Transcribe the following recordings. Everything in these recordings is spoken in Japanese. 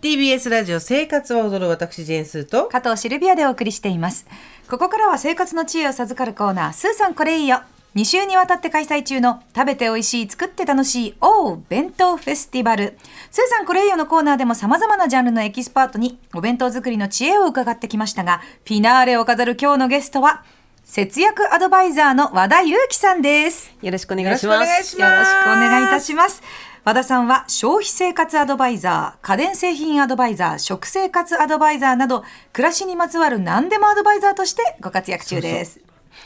TBS ラジオ生活は踊る私ジェーンスーと加藤シルビアでお送りしていますここからは生活の知恵を授かるコーナースーさんこれいいよ2週にわたって開催中の食べて美味しい作って楽しいおう弁当フェスティバルスーさんこれいいよのコーナーでも様々なジャンルのエキスパートにお弁当作りの知恵を伺ってきましたがフィナーレを飾る今日のゲストは節約アドバイザーの和田裕樹さんですよろしくお願いいししまますす。よろしくお願いいたします。和田さんは消費生活アドバイザー、家電製品アドバイザー、食生活アドバイザーなど、暮らしにまつわる何でもアドバイザーとしてご活躍中です。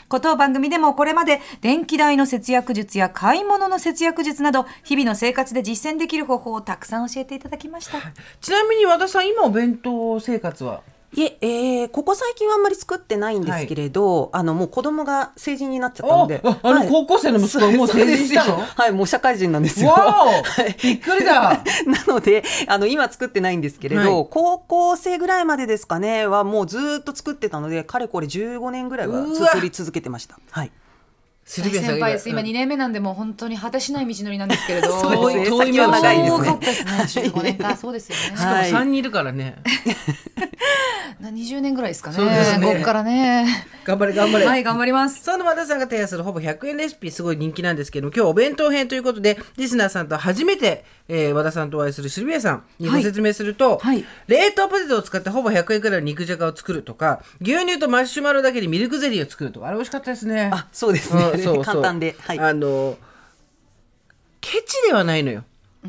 ことを番組でもこれまで電気代の節約術や買い物の節約術など日々の生活で実践できる方法をたくさん教えていただきました。ちなみに和田さん今お弁当生活はいえ、えーここ最近はあんまり作ってないんですけれど、あのもう子供が成人になっちゃったので、ああの高校生の息子はいもう成人したのそうですよはい、もう社会人なんですよ。わおはいびっくりだ なのであの今作ってないんですけれど、は高校生ぐらいまでですかねはもうずーっと作ってたのでかれこれ15年ぐらいは作り続けてました。はい、シルビアさんがうん年目なんでもう本当に果てしない道のりなんですけれどそうですね遠い先は長いです遠かっね。 ですね。15年か、そうですよねしかもはい3人いるからねな20年ぐらいですかね。そうですねこっからね。頑張れ頑張れはい、頑張ります。そんな和田さんが提案するほぼ100円レシピすごい人気なんですけども今日お弁当編ということでリスナーさんと初めて、えー和田さんとお会いするシルビアさんにご説明すると、はいはい冷凍ポテトを使ってほぼ100円くらいの肉じゃがを作るとか牛乳とマシュマロだけでミルクゼリーを作るとかあれ美味しかったですね。あ、そうですね。うんそうそう簡単で、はい。あのケチではないのよ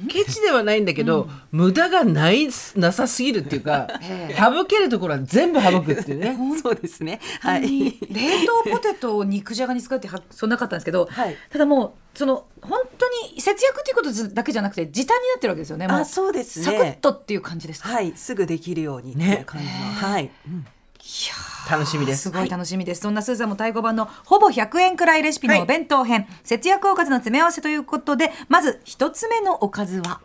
ケチではないんだけど、無駄がないなさすぎるっていうかええ省けるところは全部省くっていう ねそうですね。はい。冷凍ポテトを肉じゃがに使うってはそんなかったんですけど、はいただもうその本当に節約っていうことだけじゃなくて時短になってるわけですよねもうあ、そうですね。サクッとっていう感じですか、はい、すぐできるようにっていう感じの、はい、うん楽しみですす。ごい楽しみです、そんなスーさんも太鼓判のほぼ100円くらいレシピのお弁当編、節約おかずの詰め合わせということでまず一つ目のおかずは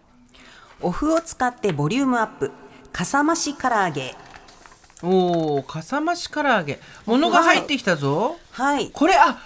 お麩を使ってボリュームアップかさ増し唐揚げおお、かさ増し唐揚げ。物が入ってきたぞ。はいこれ、あ、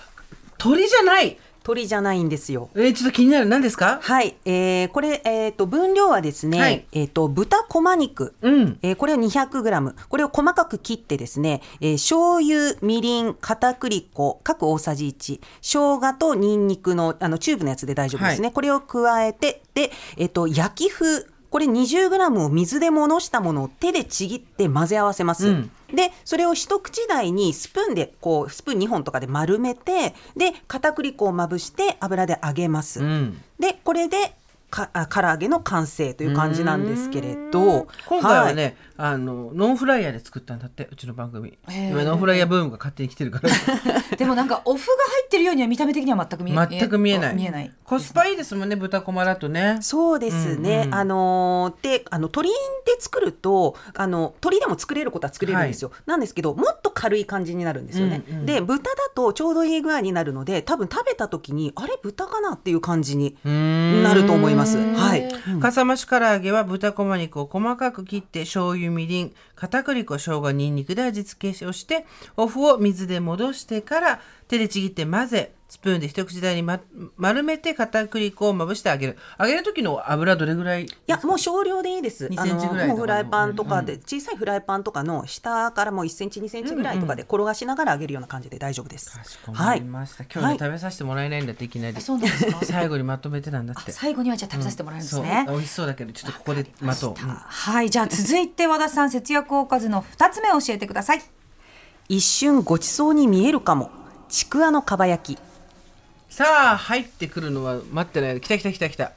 鳥じゃない。鳥じゃないんですよえー、ちょっと気になる。何ですかはい、えー、これ、えー、と分量はですね、はいえー、と豚こま肉、うん。えーこれを 200g これを細かく切ってですね、えー、醤油みりん片栗粉各大さじ1生姜とにんにくのあのチューブのやつで大丈夫ですね、はこれを加えてで、えー、と焼き風これ 20g を水で戻したものを手でちぎって混ぜ合わせます、うんでそれを一口大にスプーンでこうスプーン2本とかで丸めてで片栗粉をまぶして油で揚げます、うん。でこれでかあ唐揚げの完成という感じなんですけれど今回はいね、あの、ノンフライヤーで作ったんだって、うちの番組。へー今、ノンフライヤーブームが勝手に来てるから。でもなんかお麩が入ってるようには見た目的には全く見えない全く見えない。見えないコスパいいですもんね、豚こまだとね。そうですうね、んうんあのーであの鳥で作るとあの鳥でも作れることは作れるんですよ、なんですけどもっと軽い感じになるんですよね、うんうんで豚だとちょうどいい具合になるので多分食べた時にあれ豚かなっていう感じにななると思いますはい、うんかさ増し唐揚げは豚こま肉を細かく切って醤油みりん片栗粉生姜にんにくで味付けをしてお麩を水で戻してから手でちぎって混ぜスプーンで一口大に、ま、丸めて片栗粉をまぶして揚げる揚げる時の油どれぐらいいやもう少量でいいです。 2あセンのチぐらいとかのもうフライパンとかで、小さいフライパンとかの下からもう1センチ2センチぐらいとかで転がしながら揚げるような感じで大丈夫です。かしこはまりい。ました、い今日ね食べさせてもらえないんだっていきなり、あそうなんですか最後にまとめてなんだあって最後にはじゃあ食べさせてもらえるんですね、そう美味しそうだけどちょっとここで待とう、うんはい、じゃあ続いて和田さん節約おかずの二つ目教えてください。一瞬ごちそうに見えるかも。ちくわのかば焼き。さあ入ってくるのは待ってない来た来た来た来た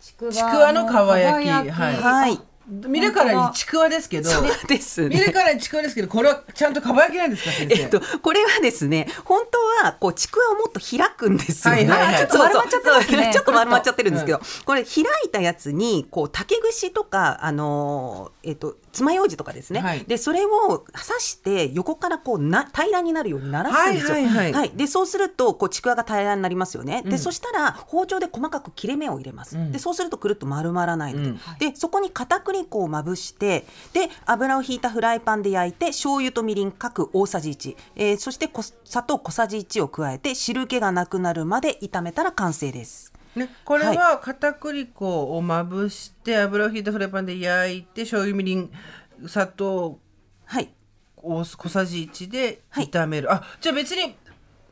ちくちくわのかば焼きはいはい。見るからにちくわですけどそうです見ね。るからにちくわですけどこれはちゃんとかば焼きなんですか先生、えっと、これはですね、本当は、こう、ちくわをもっと開くんですよね。はいはいはいあちょっと丸まっちゃってそうますそうね。ちょっと丸まっちゃってるんですけど、これ、開いたやつに、こう、竹串とか、あのーえっと、爪楊枝とかですね。はいで、それを刺して、横からこうな、平らになるようにならすんですよ。はいはいはいで、そうすると、こう、ちくわが平らになりますよね。うで、んそしたら、包丁で細かく切れ目を入れます。うんで、そうすると、くるっと丸まらないのうで。んでそこに片栗粉をまぶしてで油をひいたフライパンで焼いて醤油とみりん各大さじ1、えーそしてこ砂糖小さじ1を加えて汁気がなくなるまで炒めたら完成です。ね、これはいは片栗粉をまぶして油を引いたフライパンで焼いて醤油みりん砂糖はいを小さじ1ではい炒める、あじゃあ別に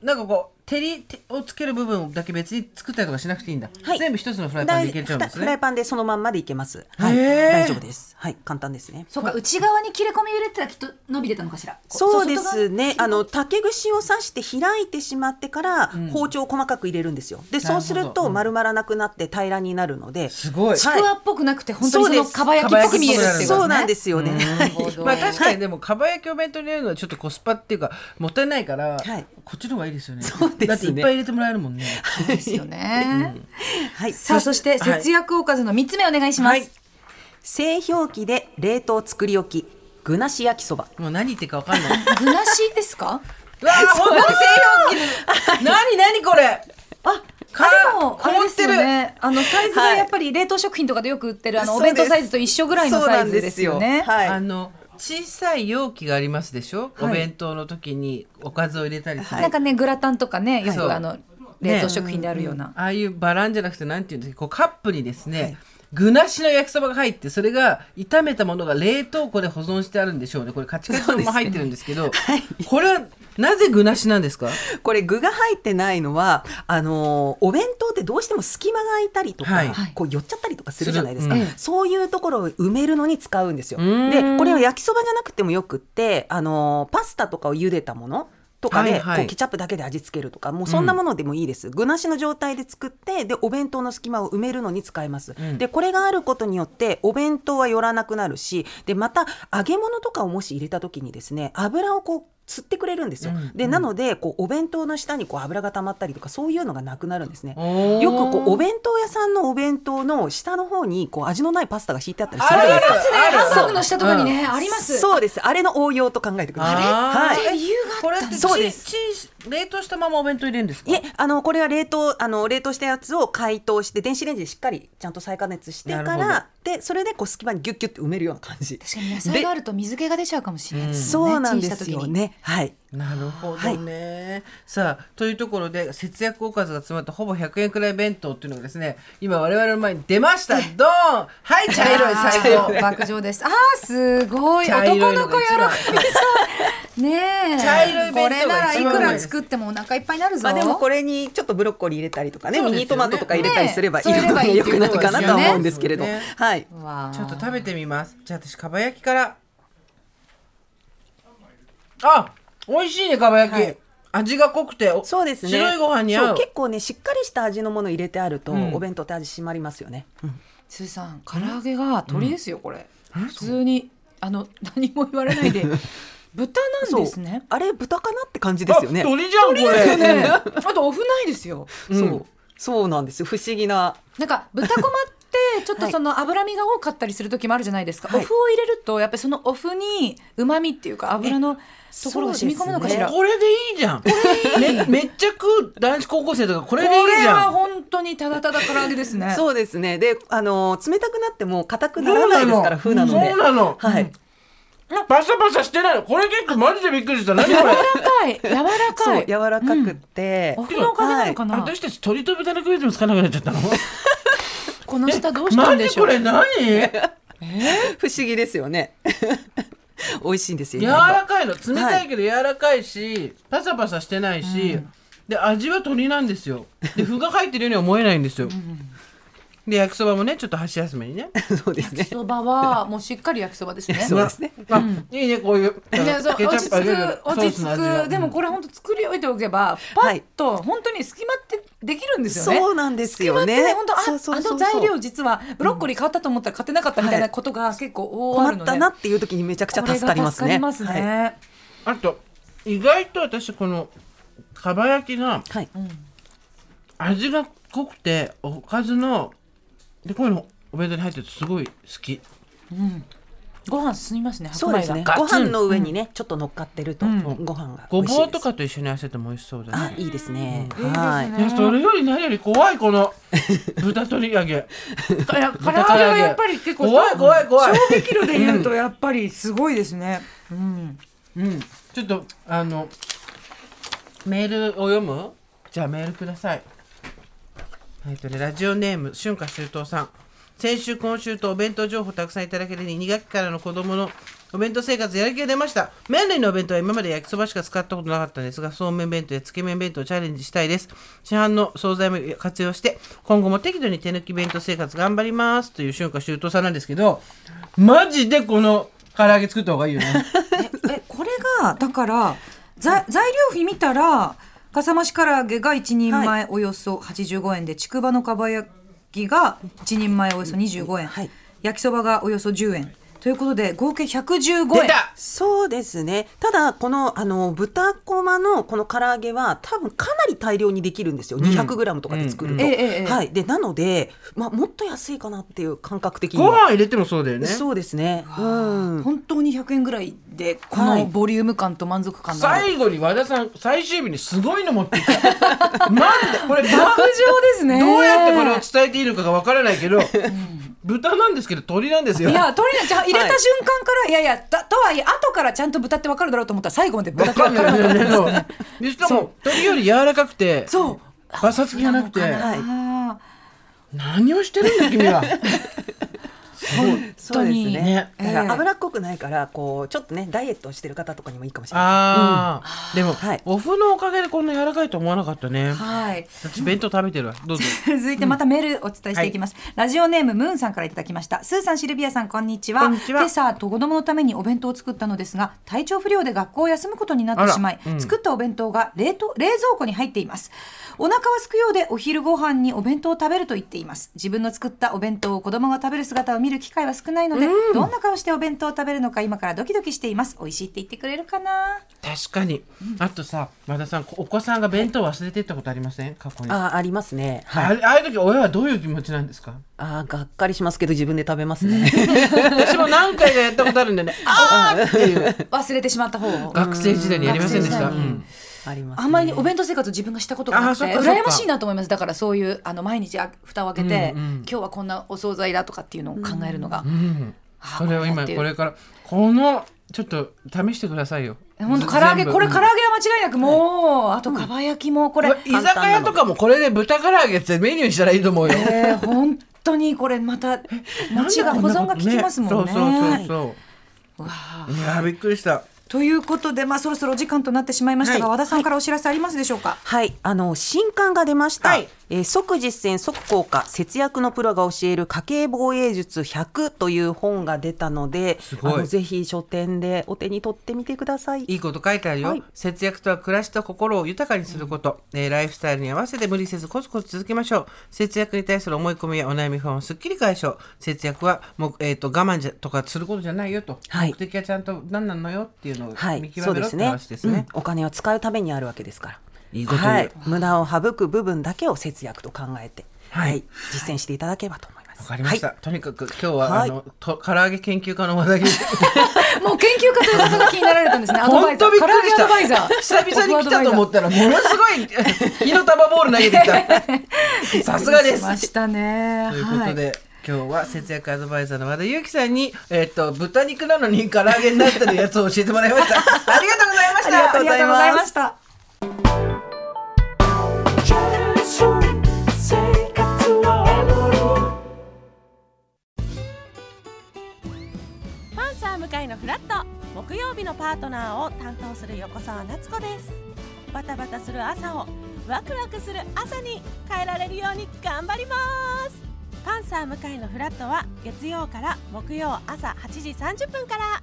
なんかこう照りをつける部分だけ別に作ったりとかしなくていいんだ、はい全部一つのフライパンでいけちゃうんですフラねイパンでそのまんまでいけます。はい、へー大丈夫です。はい、簡単ですね。そうか内側に切れ込み入れてたらきっと伸びてたのかしらそうですね。あの竹串を刺して開いてしまってから、包丁を細かく入れるんですよ。で、そうするなるほどと丸まらなくなって平らになるので、すごいちくわっぽくなくて本当にそのかば焼きっぽく見えるっていうことですねそうなんですよね。なるほどまあ確かにでもかば焼きお弁当に入れるのはちょっとコスパっていうかもったいないから、はいこっちの方がいいですよねそうですねだっていっぱい入れてもらえるもんねそうですよね、はい。さあそして節約おかずの三つ目お願いします、はい製氷機で冷凍作り置き具なし焼きそば。もう何言ってるかわかんない具なしですかうわあ本当に製氷機何何これあかあでもあれですよ凍ねあのサイズがはいやっぱり冷凍食品とかでよく売ってるあのお弁当サイズと一緒ぐらいのサイズですよねそうなんですよあはい。の小さい容器がありますでしょ、はいお弁当の時におかずを入れたりする、なんかねグラタンとかねよそうくあの冷凍食品であるような、ああいうバランじゃなくてなんていうんですかこうカップにですね、具なしの焼きそばが入ってそれが炒めたものが冷凍庫で保存してあるんでしょうねこれカチカチのも入ってるんですけどこれはなぜ具なしなんですか これ具が入ってないのはあのーお弁当ってどうしても隙間が空いたりとか、はいこう寄っちゃったりとかするじゃないですか、するうんそういうところを埋めるのに使うんですよんでこれは焼きそばじゃなくてもよくってあのーパスタとかを茹でたものとかで、はいはいこうケチャップだけで味付けるとかもうそんなものでもいいです、具なしの状態で作ってでお弁当の隙間を埋めるのに使います、うんでこれがあることによってお弁当は寄らなくなるしでまた揚げ物とかをもし入れた時にですね油をこう吸ってくれるんですよ、うんでなのでこうお弁当の下にこう油が溜まったりとかそういうのがなくなるんですねおーよくこうお弁当屋さんのお弁当の下の方にこう味のないパスタが敷いてあったりするあじゃりなまいですすねかあるハンバーグの下とかにねうんありますそうですあれの応用と考えてくださいあーはいえ理由がこれってそうですチンチン冷凍したままお弁当入れるんですかいえあのこれは冷凍あの冷凍したやつを解凍して電子レンジでしっかりちゃんと再加熱してかなるほらでそれでこう隙間にギュッギュッて埋めるような感じ確かに野菜があると水気が出ちゃうかもしれないですね、そうなんチンでした時すによねはいなるほどね、さあというところで節約おかずが詰まったほぼ100円くらい弁当っていうのがですね今我々の前に出ましたドーンはい茶 色い最高爆上です。あーすごい茶色い男のの子が一番喜びそう。ねえ。茶色い弁当が一番これならいくうまいらです作ってもお腹いっぱいになるぞ。まあでもこれにちょっとブロッコリー入れたりとかねそうミですよねニトマトとか入れたりすればね色が良くなるかなとは思うんですけれど、そういうのがいいはいわあちょっと食べてみますじゃあ私かば焼き からあ美味しいねかば焼き、はい味が濃くておそうですね白いご飯に合そう結構ねしっかりした味のもの入れてあると、うんお弁当って味締まりますよね、すーさん、唐揚げが鳥ですよこれ。普通にあの何も言われない で豚なんですね。あれ豚かなって感じですよねあ鳥じゃんこれですよね。あとお麩ないですよ。うんそうそうなんですよ不思議ななんか豚こまってちょっとその脂身が多かったりする時もあるじゃないですか。はいお麩を入れるとやっぱりそのお麩に旨味っていうか油のところが染み込むのかしら。これでいいじゃんめめっちゃ食う男子高校生とかこれでいいじこれゃはん本当にただただ唐揚げですね。そうですねであの冷たくなっても硬くならないですから風なのでそうなのはいパサパサしてないのこれ結構マジでびっくりした何これ柔らかい、柔らかそうい。柔らかくって、お風呂かなのかな、私たち鳥と豚の区別もつかなくなっちゃ ったのこの下どうしたマんでジしょこう。れ何不思議ですよね 美味しいんですよ柔ねらかいの冷たいけど柔らかいし、パサパサしてないし、で味は鶏なんですよで麩が入ってるようには思えないんですよ、で焼きそばもねちょっと箸休めにねそうですね焼きそばはもうしっかり焼きそばですね。そうですねあ、いいねこういうケチでそう落ち着あげるく落ソちース着の味がくでもこれ本当作り置いておけばパッと本当に隙間ってできるんですよね。そうなんですよね隙間ってね本当あそうそうそうそうあの材料実はブロッコリー買ったと思ったら買ってなかったみたいはないことが結構多あ困るのっで、たなっていう時にめちゃくちゃ助かりますねこれが助かりますね。はいあと意外と私このかば焼きがはい味が濃くておかずのでこういうのお弁当に入ってるとすごい好きご飯進みますね。白そう米がですねガツごン飯の上にね、ちょっと乗っかってると、んご飯が美ご味しいですぼうとかと一緒に合わせても美味しそうだねあいいですね、いいですねはいいやそれより何より怖いこの豚鶏揚げいや唐揚唐揚げげはやっぱり結構怖い怖い怖い衝撃量で言うとやっぱりすごいですね。うん。うんちょっとあのメールを読むじゃあメールくださいえっとね、ラジオネーム春夏秋冬さん先週今週とお弁当情報たくさんいただけるに2学期からの子供のお弁当生活やる気が出ました麺類のお弁当は今まで焼きそばしか使ったことなかったんですがそうめん弁当やつけ麺弁当をチャレンジしたいです市販の惣菜も活用して今後も適度に手抜き弁当生活頑張りますという春夏秋冬さんなんですけどマジでこの唐揚げ作った方がいいよねええこれがだからざ材料費見たらかさ増し唐揚げが1人前およそ85円で、ちくばのかば焼きが1人前およそ25円、はい焼きそばがおよそ10円ということで合計115円出たそうですね。ただ、この、あの、豚こまの、この唐揚げは、多分かなり大量にできるんですよ。200グラムとかで作ると。うんうんええええはい。で、なので、まあ、もっと安いかなっていう感覚的にごは。飯入れてもそうだよねそうですね。うん。本当に100円ぐらいでこはのいボリューム感と満足感のある、最後に和田さん最終日にすごいの持ってきたなんでこれどう爆上ですねどうやってこれを伝えていいのかがわからないけど、豚なんですけど鳥なんですよいやとりあえずじゃあ入れはたい瞬間から、い、やいやだとはいえ後からちゃんと豚ってわかるだろうと思ったら最後まで豚わってわかかんらなないかよったねですそうねにしても鳥より柔らかくてそうバサつきがなくてはいあ何をしてるんだ君はすごいそうです本当にねね。だかええら脂っこくないから、こう、ちょっとね、ダイエットしてる方とかにもいいかもしれない。あー、でも、はいお麩のおかげでこんな柔らかいと思わなかったねーはい私弁当食べてるわどうぞ 続いてまたメールお伝えしていきます、ラジオネームムーンさんからいただきましたスーさんシルビアさんこんにちはこんにちは今朝子供のためにお弁当を作ったのですが体調不良で学校を休むことになあっらてしまい、うん作ったお弁当が冷凍冷蔵庫に入っていますお腹は空くようでお昼ご飯にお弁当を食べると言っています自分の作ったお弁当を子供が食べる姿を見る機会は少ないので、どんな顔してお弁当を食べるのか今からドキドキしています美味しいって言ってくれるか な確かにあとさ和田さんお子さんが弁当忘れてったことありません過去にあー、ありますね。はい。あれああいう時親はどういう気持ちなんですかあー、がっかりしますけど、自分で食べますね。私も何回かやったことあるんでねあーっていう忘れてしまった方を学生時代にやりませんでした、学生時代にうんあります、ね。あんまりお弁当生活を自分がしたことがなくてあそっかそっか羨ましいなと思いますだからそういうあの毎日あ蓋を開けて、うんうん今日はこんなお惣菜だとかっていうのを考えるのが、うんあそれを今こうやってこれからこのちょっと試してくださいよ本当唐揚げ全部これうん唐揚げは間違いなくもう、あとかば焼きもここれ、れ居酒屋とかもこれで豚唐揚げってメニューにしたらいいと思うよえー本当にこれまた餅が保存が効きますもんね。そうそうそうそわあういやーびっくりしたということで、まあ、そろそろお時間となってしまいましたが、はい和田さんからお知らせありますでしょうか、はい、あの新刊が出ました、はいえー即実践即効果節約のプロが教える家計防衛術100という本が出たので、すあごいのぜひ書店でお手に取ってみてください。いいこと書いてあるよ、はい節約とは暮らしと心を豊かにすること、えーライフスタイルに合わせて無理せずコツコツ続けましょう節約に対する思い込みやお悩み不安をすっきり解消節約はもう、えー、と我慢じゃとかすることじゃないよと、はい目的はちゃんと何なのよっていうのをはい見、そ極めうでろっすてね話ですね,、うんお金は使うためにあるわけですから。いいこと言うはい、無駄を省く部分だけを節約と考えて、はい実践していただければと思います。わかりました、はいとにかく今日は、はいあのと唐揚げ研究家の話題にもう研究家ということが気になられたんですね アドバ本イザ当ーびっ唐揚くりしげアたドバイザー久々に来たと思っったらものす ごい 火の玉ボール投げてきたてさすがですましたねということはで、今日は節約アドバイザーの和田由紀さんに、えっ、と、豚肉なのに唐揚げになってるやつを教えてもらいま した。ありがとうございました。ありがとうございましたパンサー向かいのフラット木曜日のパートナーを担当する横澤夏子ですバタバタする朝をワクワクする朝に変えられるように頑張りますパンサー向かいのフラットは月曜から木曜朝8時30分から